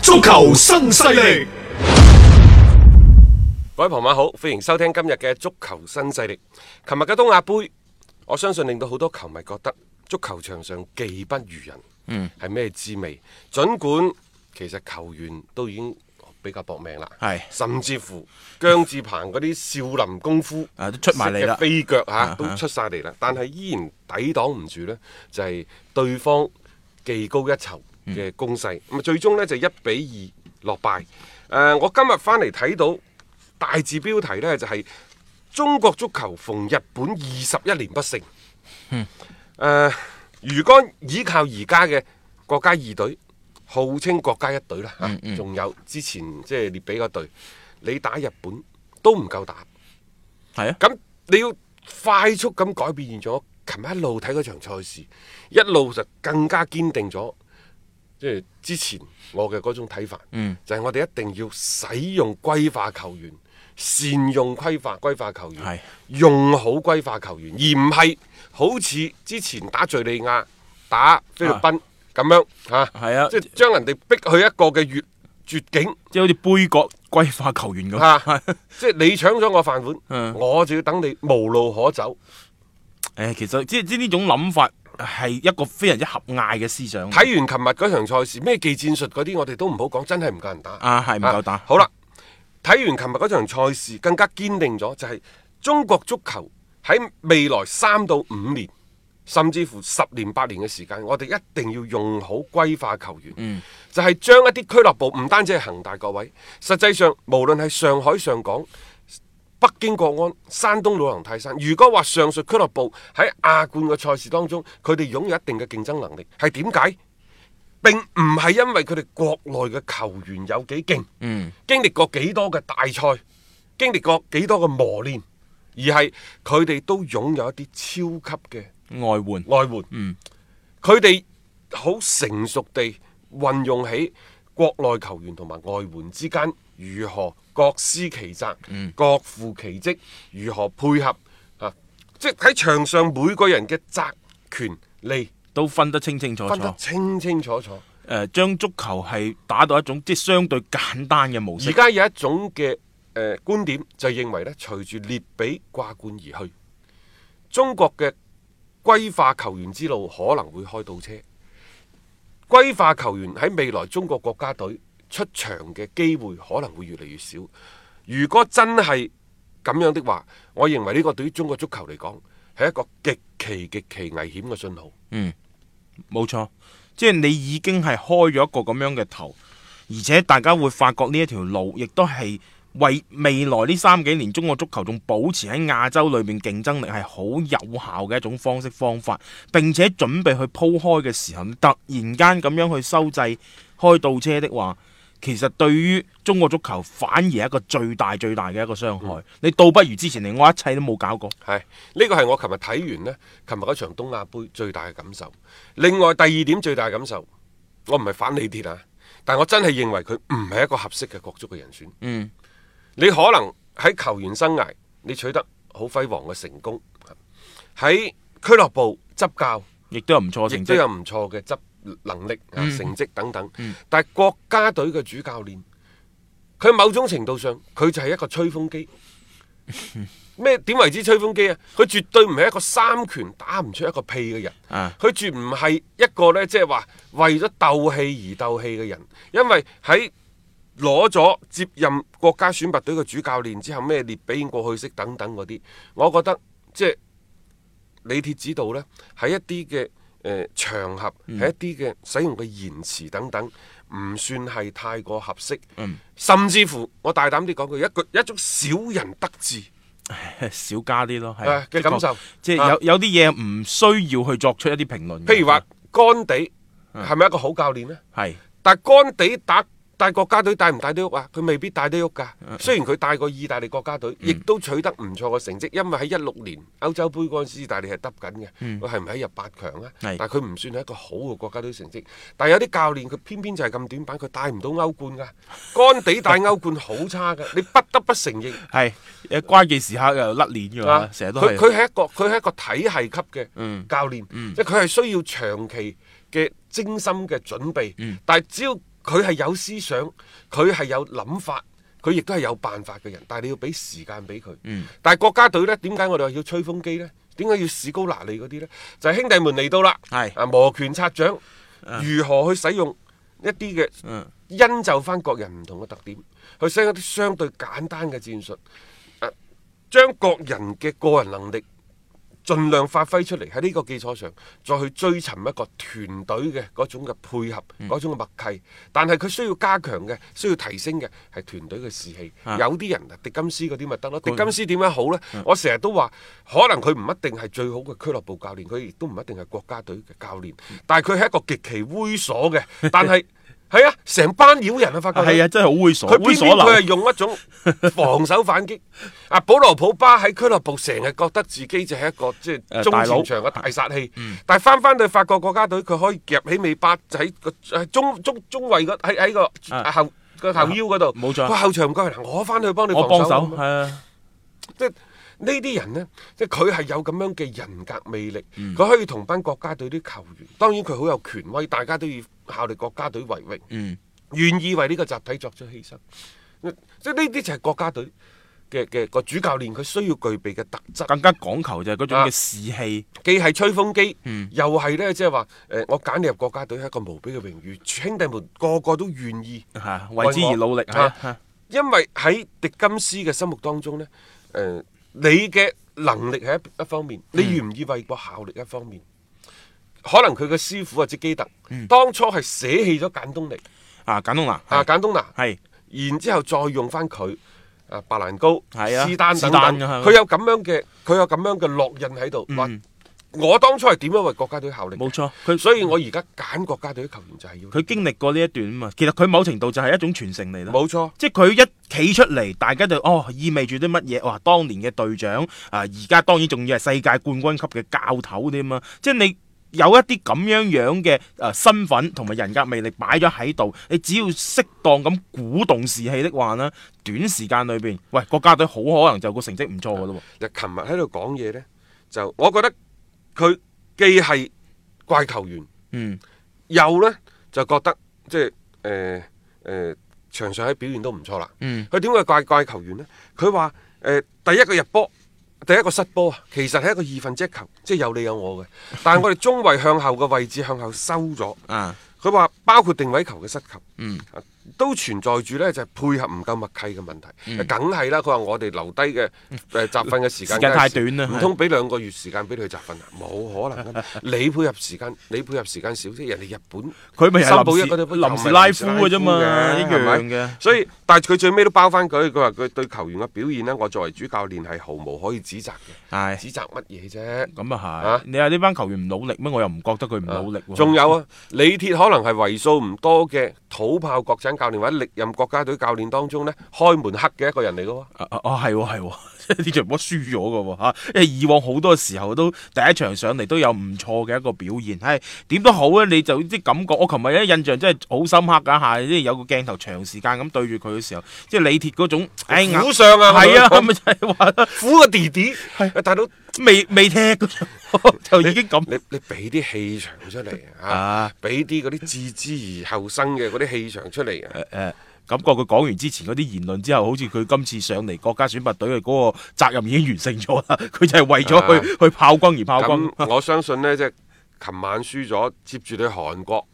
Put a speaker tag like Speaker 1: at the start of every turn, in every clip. Speaker 1: 足球新勢力。
Speaker 2: 各位傍晚好，歡迎收聽今日嘅足球新勢力。琴日嘅東亞杯，我相信令到好多球迷覺得足球場上技不如人，嗯，係咩滋味？儘管其實球員都已經比較搏命啦，
Speaker 3: 係
Speaker 2: 甚至乎姜志鵬嗰啲少林功夫
Speaker 3: 啊都出埋嚟啦
Speaker 2: 式嘅飛腳嚇、
Speaker 3: 啊
Speaker 2: 都出晒嚟啦，但係依然抵擋唔住呢，就係、對方技高一籌
Speaker 3: 嗯
Speaker 2: 嘅攻勢，咁啊、最終呢，就一比二落敗。誒、我今日翻嚟睇到。大字標題呢，就係、中國足球逢日本二十一年不勝。嗯。如果依靠而家嘅國家二隊，號稱國家一隊啦，嚇啊仲、有之前即係列比嗰隊，你打日本都唔夠打。
Speaker 3: 係啊，
Speaker 2: 咁你要快速咁改變現狀。我琴日一路睇嗰場賽事，一路就更加堅定咗，即係之前我嘅嗰種睇法，
Speaker 3: 嗯
Speaker 2: 就係我哋一定要使用規劃球員，善用規劃規劃
Speaker 3: 係
Speaker 2: 球員，用好規劃球員，而唔係好似之前打敍利亞、打菲律賓咁樣嚇，
Speaker 3: 啊係啊
Speaker 2: 即係將人哋逼去一個嘅越絕境。
Speaker 3: 即係好似杯葛歸化球員咁。
Speaker 2: 嚇、
Speaker 3: 係
Speaker 2: 即係你搶咗我飯碗，
Speaker 3: 嗯
Speaker 2: 我就要等你無路可走。
Speaker 3: 誒，其實即係即係呢種諗法係一個非常之狹隘嘅思想。
Speaker 2: 睇完琴日嗰場賽事，咩技戰術嗰啲，我哋都唔好講，真係唔夠人打。
Speaker 3: 啊係唔夠打
Speaker 2: 好啦，睇完琴日嗰場賽事，更加堅定咗就係、中國足球喺未來三到五年，甚至乎十年八年嘅時間，我哋一定要用好歸化球員。
Speaker 3: 嗯
Speaker 2: 就係將一啲俱樂部唔單止係恒大各位，實際上無論係上海上港。北京國安、山東魯能泰山，如果話上述俱樂部喺亞冠嘅賽事當中，佢哋擁有一定嘅競爭能力，係點解？並唔係因為佢哋國內嘅球員有幾勁，嗯，經歷過幾多嘅大賽，經歷過幾多嘅磨練，而係佢哋都擁有一啲超級嘅
Speaker 3: 外援
Speaker 2: 外援，嗯，佢哋好成熟地運用起國內球員同埋外援之間如何各司其責，各負其職，如何配合啊？即係喺場上每個人嘅責權利
Speaker 3: 都分得清清楚
Speaker 2: 分得
Speaker 3: 楚。
Speaker 2: 清清楚楚。
Speaker 3: 誒，將足球係打到一種即係相對簡單嘅模式
Speaker 2: 而。家有一種嘅誒、呃、觀點，就認為咧，隨住列比掛冠而去，中國嘅歸化球員之路可能會開倒車。歸化球員喺未來中國國家隊出場嘅機會可能會越嚟越少。如果真係咁樣的話，我認為呢個對於中國足球嚟講係一個極其極其危險嘅信號。
Speaker 3: 冇錯，即係你已經係開咗一個咁樣嘅頭，而且大家會發覺呢一條路亦都係為未來呢三幾年中國足球仲保持喺亞洲裏面競爭力係好有效嘅一種方式方法，並且準備去鋪開嘅時候，突然間咁樣去收掣開倒車的話。其實對於中國足球反而係一個最大最大嘅一個傷害，你倒不如之前你我一切都冇搞過，
Speaker 2: 係呢個係我琴日睇完呢，琴日嗰場東亞杯最大嘅感受。另外第二點最大嘅感受，我唔係反李鐵啊，但我真係認為佢唔係一個合適嘅國足嘅人選。
Speaker 3: 嗯，
Speaker 2: 你可能喺球員生涯你取得好輝煌嘅成功，喺俱樂部執教
Speaker 3: 亦都有唔錯嘅成
Speaker 2: 亦都
Speaker 3: 績嗯
Speaker 2: 有。唔錯嘅執能力啊、成績等等。但係國家隊嘅主教練，佢某種程度上佢就係一個吹 風機。咩點為之吹風機啊？佢絕對唔係一個三拳打唔出一個屁嘅人，佢、
Speaker 3: 啊
Speaker 2: 絕唔係一個呢，即係話為咗鬥氣而鬥氣嘅人，因為喺攞咗接任國家選拔隊嘅主教練之後，咩列比過去式等等嗰啲，我覺得即係李鐵指導呢，喺一啲嘅誒場合，喺、一啲嘅使用嘅言辭等等，唔算係太過合適，甚至乎我大膽啲講句，一句一種小人得志。
Speaker 3: 少加啲咯，係
Speaker 2: 啊嘅感受
Speaker 3: 的確即係
Speaker 2: 啊
Speaker 3: 有有啲嘢唔需要去作出一啲評論嘅。
Speaker 2: 譬如話干地係咪一個好教練呢？
Speaker 3: 係
Speaker 2: 但係干地打帶國家隊帶唔帶得喐啊？佢未必帶得喐㗎。雖然佢帶過意大利國家隊，亦都取得唔錯嘅成績，因為喺一六年歐洲杯嗰陣時，意大利係得緊嘅。佢係唔係入八強啊？
Speaker 3: 係
Speaker 2: 但係佢唔算係一個好嘅國家隊成績。但係有啲教練佢偏偏就係咁短板，佢帶唔到歐冠㗎。干地帶歐冠好差㗎，你不得不承認。
Speaker 3: 係誒關鍵時刻又甩鏈㗎嘛
Speaker 2: 啊，
Speaker 3: 成日都
Speaker 2: 佢
Speaker 3: 係。
Speaker 2: 佢係一個佢係一個體系級
Speaker 3: 嗯
Speaker 2: 嘅教練，即係佢係需要長期嘅精心嘅準備。
Speaker 3: 嗯
Speaker 2: 但係只要佢係有思想，佢係有諗法，佢亦都係有辦法嘅人。但係你要俾時間俾佢。
Speaker 3: 嗯
Speaker 2: 但係國家隊呢，點解我哋話要吹風機呢？點解要史高拿利嗰啲呢？就係、兄弟們嚟到啦，
Speaker 3: 係啊
Speaker 2: 啊摩拳擦掌，如何去使用一啲嘅
Speaker 3: 嗯
Speaker 2: 因就翻各人唔同嘅特點，去使用一啲相對簡單嘅戰術。呃將各人嘅個人能力盡量發揮出嚟，喺呢個基礎上再去追尋一個團隊嘅嗰種嘅配合，嗰、種嘅默契。但係佢需要加強嘅，需要提升嘅係團隊嘅士氣。有啲人啊，迪金斯嗰嗯啲咪得咯。迪金斯點樣好呢？我成日都話，可能佢唔一定係最好嘅俱樂部教練，佢亦都唔一定係國家隊嘅教練，但係佢係一個極其猥瑣嘅，但 係係啊，成班妖人啊，發覺佢
Speaker 3: 係啊，真係好猥瑣，
Speaker 2: 佢
Speaker 3: 猥
Speaker 2: 偏
Speaker 3: 瑣
Speaker 2: 偏佢係
Speaker 3: 流。
Speaker 2: 用一種防守 反擊。阿保羅普巴喺俱樂部成日覺得自己就係一個即係
Speaker 3: 誒
Speaker 2: 中
Speaker 3: 大佬嗯
Speaker 2: 前場嘅大殺器，但係翻翻到法國國家隊，佢可以夾起尾巴就喺個喺中中中衞嗰喺喺個
Speaker 3: 啊
Speaker 2: 後個後腰嗰度，
Speaker 3: 冇錯
Speaker 2: 佢後場唔夠人，我翻去幫你
Speaker 3: 我
Speaker 2: 防
Speaker 3: 幫
Speaker 2: 守
Speaker 3: 手，。係啊，
Speaker 2: 即係呢啲人呢，即係佢係有咁樣嘅人格魅力，佢、
Speaker 3: 嗯
Speaker 2: 可以同班國家隊啲球員，當然佢好有權威，大家都以效力國家隊為榮，
Speaker 3: 嗯
Speaker 2: 願意為呢個集體作出犧牲，即係呢啲就係國家隊嘅嘅個主教練佢需要具備嘅特質。
Speaker 3: 更加講求就係嗰種
Speaker 2: 啊
Speaker 3: 嘅士氣。
Speaker 2: 既係吹風機，
Speaker 3: 嗯
Speaker 2: 又係呢，即係話誒，我揀你入國家隊係一個無比嘅榮譽，兄弟們個個都願意，
Speaker 3: 吓，為之而努力
Speaker 2: 為我
Speaker 3: 吓，
Speaker 2: 啊
Speaker 3: 嚇
Speaker 2: 因為喺迪金斯嘅心目當中呢，誒、你嘅能力係一一方面，
Speaker 3: 嗯
Speaker 2: 你願唔願意為國效力一方面。可能佢嘅師傅啊，即基特，當初係捨棄咗簡東尼
Speaker 3: 啊，簡東拿
Speaker 2: 啊，簡東拿，
Speaker 3: 嗯係
Speaker 2: 然之後再用翻佢啊，白蘭高、
Speaker 3: 係啊
Speaker 2: 斯丹等
Speaker 3: 斯丹
Speaker 2: 等，
Speaker 3: 啊係啊
Speaker 2: 佢有咁樣嘅佢有咁樣嘅烙印喺度。話我當初係點樣為國家隊效力？
Speaker 3: 冇錯，佢
Speaker 2: 所以我而家揀國家隊球員就係要
Speaker 3: 佢經歷過呢一段啊嘛，其實佢某程度就係一種傳承嚟啦。
Speaker 2: 冇錯，
Speaker 3: 即係佢一企出嚟，大家就哦意味住啲乜嘢？哇！當年嘅隊長啊，而家當然仲要係世界冠軍級嘅教頭添啊！即係你有一啲咁樣樣嘅誒身份同埋人格魅力擺咗喺度，你只要適當咁鼓動士氣的話呢短時間裏邊，喂國家隊好可能就個成績唔錯噶咯
Speaker 2: 就琴日喺度講嘢呢，就我覺得佢既係怪球員，
Speaker 3: 嗯，
Speaker 2: 又呢就覺得即係誒誒場上喺表現都唔錯啦。
Speaker 3: 嗯
Speaker 2: 佢點解怪怪球員呢？佢話誒第一個入波。第一個失波啊，其實係一個二分之一球，即係有你有我嘅。但係我哋中衞向後嘅位置向後收咗，
Speaker 3: 喎啊！
Speaker 2: 佢話包括定位球嘅失球，
Speaker 3: 嗯
Speaker 2: 啊都存在住呢就係配合唔夠默契嘅問題，
Speaker 3: 嗯
Speaker 2: 啊梗係啦。佢話我哋留低嘅誒集訓嘅時間
Speaker 3: 時間太短啦
Speaker 2: 唔通俾兩個月時間俾佢集訓啊？冇可能 啊！你配合時間，你配合時間少啫，人哋日本。
Speaker 3: 佢咪係
Speaker 2: 森保一
Speaker 3: 臨時
Speaker 2: 嗰啲
Speaker 3: 臨時拉夫嘅啫嘛
Speaker 2: 嘅
Speaker 3: 一樣嘅
Speaker 2: 係咪所以但係佢最尾都包翻佢，佢話佢對球員嘅表現呢，我作為主教練係毫無可以指責嘅，
Speaker 3: 係
Speaker 2: 指責乜嘢啫？
Speaker 3: 咁啊
Speaker 2: 啊
Speaker 3: 係，你話呢班球員唔努力咩？我又唔覺得佢唔努力喎。
Speaker 2: 仲有啊，李鐵可能係為數唔多嘅土炮國產教練或者歷任國家隊教練當中呢，開門黑嘅一個人嚟嘅喎。
Speaker 3: 啊啊啊，係喎 係喎，呢場波輸咗嘅喎嚇，啊因為以往好多時候都第一場上嚟都有唔錯嘅一個表現，係點都好咧，啊你就即係感覺，我琴日咧印象真係好深刻㗎嚇，即係有個鏡頭長時間咁對住佢嘅時候，即係李鐵嗰種，哎呀，
Speaker 2: 苦上啊
Speaker 3: 係啊，
Speaker 2: 我同
Speaker 3: 咪
Speaker 2: 你
Speaker 3: 就係話啦
Speaker 2: 苦個弟弟，哎大佬，
Speaker 3: 未未踢嗰場波就已經咁，
Speaker 2: 你你俾啲氣場出嚟
Speaker 3: 啊
Speaker 2: 啊，俾啲嗰啲置之而後生嘅嗰啲氣場出嚟啊。
Speaker 3: 誒感覺佢講完之前嗰啲言論之後，好似佢今次上嚟國家選拔隊嘅嗰個責任已經完成咗啦，佢就係為咗去去炮轟而炮轟
Speaker 2: 咁。我相信呢，即係琴晚輸咗，接住對韓國，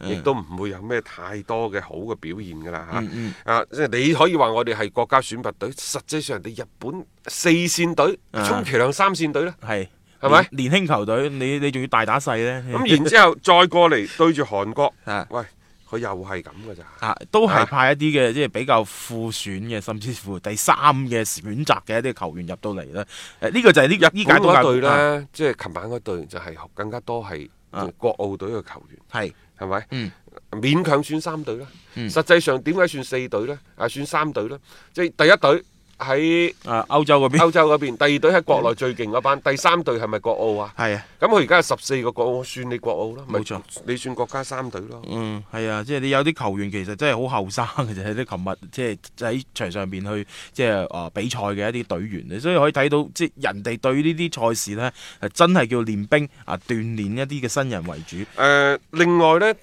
Speaker 3: 嗯
Speaker 2: 亦都唔會有咩太多嘅好嘅表現㗎啦嚇。
Speaker 3: 嗯
Speaker 2: 啊，即係你可以話我哋係國家選拔隊，實際上人哋日本四線隊，
Speaker 3: 啊
Speaker 2: 充其量三線隊啦。
Speaker 3: 係
Speaker 2: 係咪
Speaker 3: 年年輕球隊，你你仲要大打細呢？
Speaker 2: 咁然之後再過嚟對住韓國
Speaker 3: 啊，
Speaker 2: 喂，佢又係咁㗎咋。
Speaker 3: 啊，都
Speaker 2: 啊
Speaker 3: 係派一啲嘅即係比較副選嘅，甚至乎第三嘅選擇嘅一啲球員入到嚟啦。誒呢個就係呢呢
Speaker 2: 日
Speaker 3: 屆啊
Speaker 2: 本
Speaker 3: 東
Speaker 2: 嗰
Speaker 3: 亞
Speaker 2: 隊
Speaker 3: 隊啦，
Speaker 2: 呢，即係琴晚嗰隊就係更加多係
Speaker 3: 啊
Speaker 2: 國奧隊嘅球員，
Speaker 3: 係
Speaker 2: 係咪？
Speaker 3: 嗯
Speaker 2: 勉強算三隊啦。實際上點解算四隊呢？啊，算三隊啦。即係第一隊喺
Speaker 3: 啊歐洲嗰邊
Speaker 2: 歐洲 嗰邊，第二隊喺國內最勁嗰班，第三隊係咪國奧啊？
Speaker 3: 係啊。
Speaker 2: 咁佢而家有十四個國奧，算你國奧啦，咪
Speaker 3: 冇錯
Speaker 2: 你算國家三隊咯。
Speaker 3: 嗯，係啊，即係你有啲球員其實真係好後生嘅啫，啲琴日即係喺場上邊去即係啊、呃比賽嘅一啲隊員，你所以可以睇到即係人哋對呢啲賽事呢，係真係叫練兵啊，鍛鍊一啲嘅新人為主。
Speaker 2: 誒、另外呢，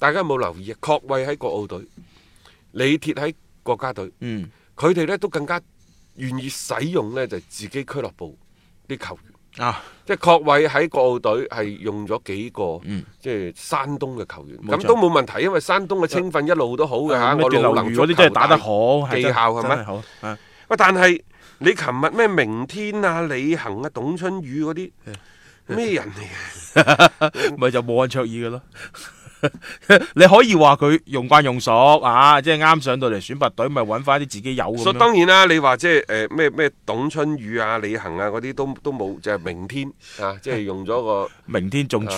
Speaker 2: 大家有冇留意啊？確位喺國奧隊，李鐵喺國家隊，
Speaker 3: 嗯，
Speaker 2: 佢哋呢都更加願意使用呢就係自己俱樂部啲球員。
Speaker 3: 啊，
Speaker 2: 即係確位喺國奧隊係用咗幾個，
Speaker 3: 嗯
Speaker 2: 即係山東嘅球員，
Speaker 3: 冇錯
Speaker 2: 咁都冇問題，因為山東嘅青訓一啊路都好嘅嚇。
Speaker 3: 咩
Speaker 2: 我
Speaker 3: 段
Speaker 2: 魯
Speaker 3: 流
Speaker 2: 能
Speaker 3: 餘
Speaker 2: 足
Speaker 3: 嗰
Speaker 2: 球
Speaker 3: 啲真係打得好，
Speaker 2: 技
Speaker 3: 係真
Speaker 2: 巧係咪
Speaker 3: 真係好啊
Speaker 2: 喂，但係你琴日咩明天啊、李行啊、董春雨嗰啲咩人嚟嘅？
Speaker 3: 咪就冇安卓爾嘅咯。 你可以話佢用慣用熟啊，即係啱上到嚟選拔隊，咪揾翻啲自己有咁
Speaker 2: 所以
Speaker 3: 樣。
Speaker 2: 當然啦，你話即係誒咩咩董春雨啊、李行啊嗰啲都都冇，就係、明天啊，即係用咗個
Speaker 3: 明天中柱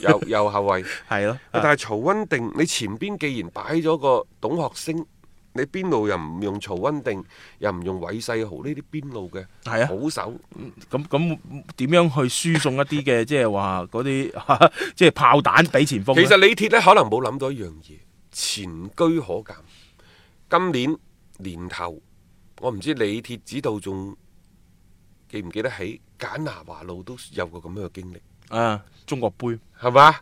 Speaker 2: 右右後衞。
Speaker 3: 係咯，
Speaker 2: 啊但係曹温定，你前邊既然擺咗個董學升，你邊路又唔用曹温定，又唔用韋世豪呢啲邊路嘅
Speaker 3: 係啊
Speaker 2: 好手，
Speaker 3: 咁咁點樣去輸送一啲嘅即係話嗰啲 即係炮彈俾前鋒呢？
Speaker 2: 其實李鐵呢，可能冇諗到一樣嘢，前居可鑑。今年年頭，我唔知李鐵指導仲記唔記得起簡拿華路都有個咁樣嘅經歷，
Speaker 3: 啊，中國杯
Speaker 2: 係嘛？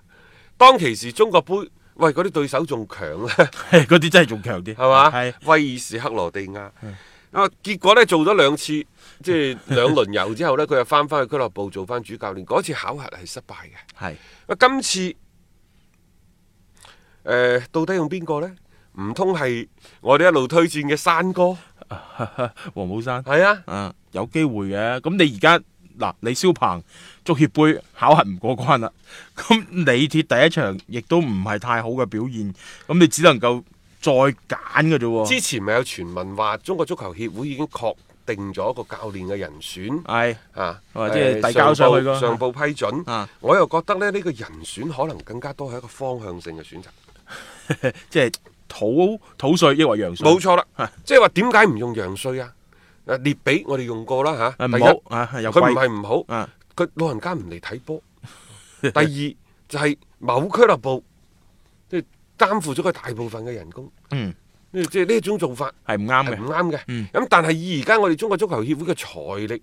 Speaker 2: 當其時中國杯，喂嗰啲對手仲強啦，
Speaker 3: 嗰啲真係仲強啲，
Speaker 2: 係嘛？
Speaker 3: 係嗯
Speaker 2: 威爾士、克羅地亞。啊！結果呢，做咗兩次，即係 兩輪遊之後呢，佢又翻返去俱樂部做翻主教練。嗰次考核係失敗嘅。
Speaker 3: 係
Speaker 2: 啊，今次誒、呃到底用邊個呢？唔通係我哋一路推薦嘅山哥？
Speaker 3: 黃寶山
Speaker 2: 係啊，
Speaker 3: 啊，有機會嘅。咁你而家嗱，李霄鵬足協杯考核唔過關啦， 咁李鐵第一場亦都唔係太好嘅表現，咁你只能夠再揀嘅啫喎。
Speaker 2: 之前咪有傳聞話中國足球協會已經確定咗個教練嘅人選
Speaker 3: 係
Speaker 2: 啊，
Speaker 3: 或者哦係
Speaker 2: 誒
Speaker 3: 遞交上去
Speaker 2: 報
Speaker 3: 㗎
Speaker 2: 上報批准。
Speaker 3: 啊，
Speaker 2: 我又覺得咧，呢個人選可能更加多係一個方向性嘅選擇。
Speaker 3: 即係土土帥抑或洋帥？
Speaker 2: 冇 錯啦
Speaker 3: 啊，
Speaker 2: 即係話點解唔用洋帥啊？誒列比我哋用過啦嚇，
Speaker 3: 啊，
Speaker 2: 第一
Speaker 3: 唔好啊，又
Speaker 2: 佢唔
Speaker 3: 貴
Speaker 2: 係唔好，
Speaker 3: 啊。
Speaker 2: 佢老人家唔嚟睇 波。第二就係某俱樂部即係擔負咗佢大部分嘅人工。
Speaker 3: 嗯，
Speaker 2: 呢即係呢一種做法
Speaker 3: 係唔啱
Speaker 2: 係唔
Speaker 3: 嘅，
Speaker 2: 啱嘅。咁、
Speaker 3: 嗯
Speaker 2: 但係以而家我哋中國足球協會嘅 財力，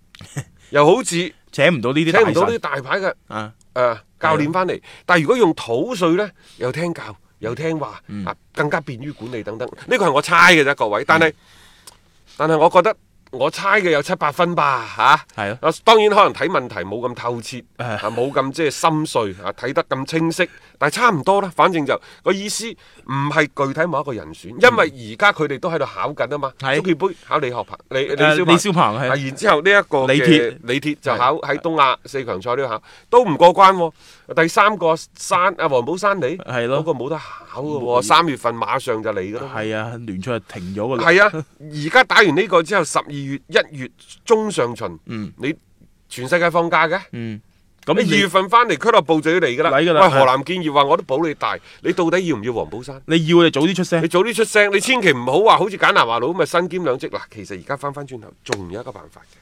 Speaker 2: 又好似
Speaker 3: 請唔到呢啲
Speaker 2: 請唔到
Speaker 3: 大
Speaker 2: 呢啲
Speaker 3: 神
Speaker 2: 大牌嘅誒、
Speaker 3: 啊，
Speaker 2: 呃教練翻嚟。但係如果用土帥呢，又聽教
Speaker 3: 嗯
Speaker 2: 又聽話、啊，更加便於管理等等。呢個係我猜嘅啫，各位。
Speaker 3: 嗯
Speaker 2: 但係、但係我覺得我猜嘅有七八分吧嚇。
Speaker 3: 係咯，
Speaker 2: 啊，當然可能睇問題冇咁透徹，
Speaker 3: 誒
Speaker 2: 啊冇咁即係深邃，啊睇得咁清晰，但係差唔多啦。反正就個意思唔係具體某一個人選，因為而家佢哋都喺度考緊啊嘛。
Speaker 3: 嗯係
Speaker 2: 足協杯考李學鵬、李李
Speaker 3: 誒
Speaker 2: 小
Speaker 3: 李
Speaker 2: 鵬
Speaker 3: 霄鵬係
Speaker 2: 啊然之後呢一個嘅
Speaker 3: 李鐵
Speaker 2: 李鐵就考喺東亞四強賽呢度考，都唔過關喎。第三個山啊，黃寶山嚟，
Speaker 3: 係咯
Speaker 2: 嗰個冇得考嘅喎，三月份馬上就嚟㗎啦。
Speaker 3: 係啊，聯賽停咗㗎啦，
Speaker 2: 係啊，而家打完呢個之後，十二月一月中上旬，
Speaker 3: 嗯
Speaker 2: 你全世界放假嘅，
Speaker 3: 嗯，
Speaker 2: 咁
Speaker 3: 咁
Speaker 2: 你二月
Speaker 3: 你
Speaker 2: 份翻嚟俱樂部就要嚟噶啦。
Speaker 3: 嚟㗎啦
Speaker 2: 喂，
Speaker 3: 係
Speaker 2: 河南建業話我都保你大，你到底要唔要黃寶山？
Speaker 3: 你要你早啲出聲
Speaker 2: 你，早啲出聲，你千祈唔好話好似簡南華佬咁啊身兼兩職。嗱，其實而家翻翻轉頭，仲有一個辦法嘅，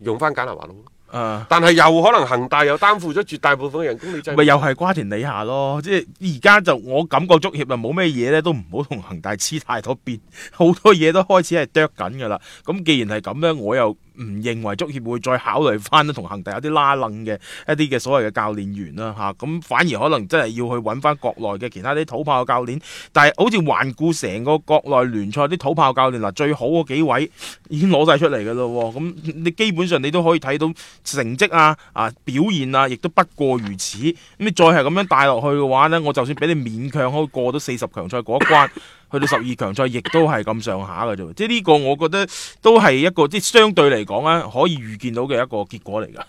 Speaker 2: 用翻簡南華佬。
Speaker 3: 啊，
Speaker 2: 但係又可能恒大又擔負咗絕大部分嘅人工，你制
Speaker 3: 咪又係瓜田李下咯，即係而家就我感覺足協啊冇咩嘢咧，都唔好 同恒大黐太多邊，好多嘢都開始係啄緊㗎啦。咁既然係咁咧，我又唔認為足協會再考慮翻同恒大有啲拉楞嘅一啲嘅所謂嘅教練員啦嚇，咁、反而可能真係要去揾翻國內嘅其他啲土炮教練，但係好似環顧成個國內聯賽啲土炮教練嗱，最好嗰幾位已經攞晒出嚟㗎咯喎，咁你基本上你都可以睇到成績啊啊表現啊，亦都不過如此。咁你再係咁樣帶落去嘅話呢，我就算俾你勉強可以過到四十強賽嗰一關。去到十二強賽，亦都係咁上下嘅啫，即係呢個我覺得都係一個即係相對嚟講咧，可以預見到嘅一個結果嚟㗎。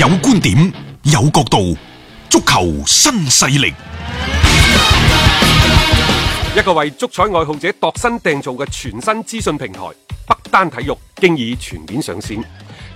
Speaker 1: 有觀點，有角度，足球新勢力。
Speaker 2: 一個為足彩愛好者度身訂造嘅全新資訊平台北單體育，經已全面上線。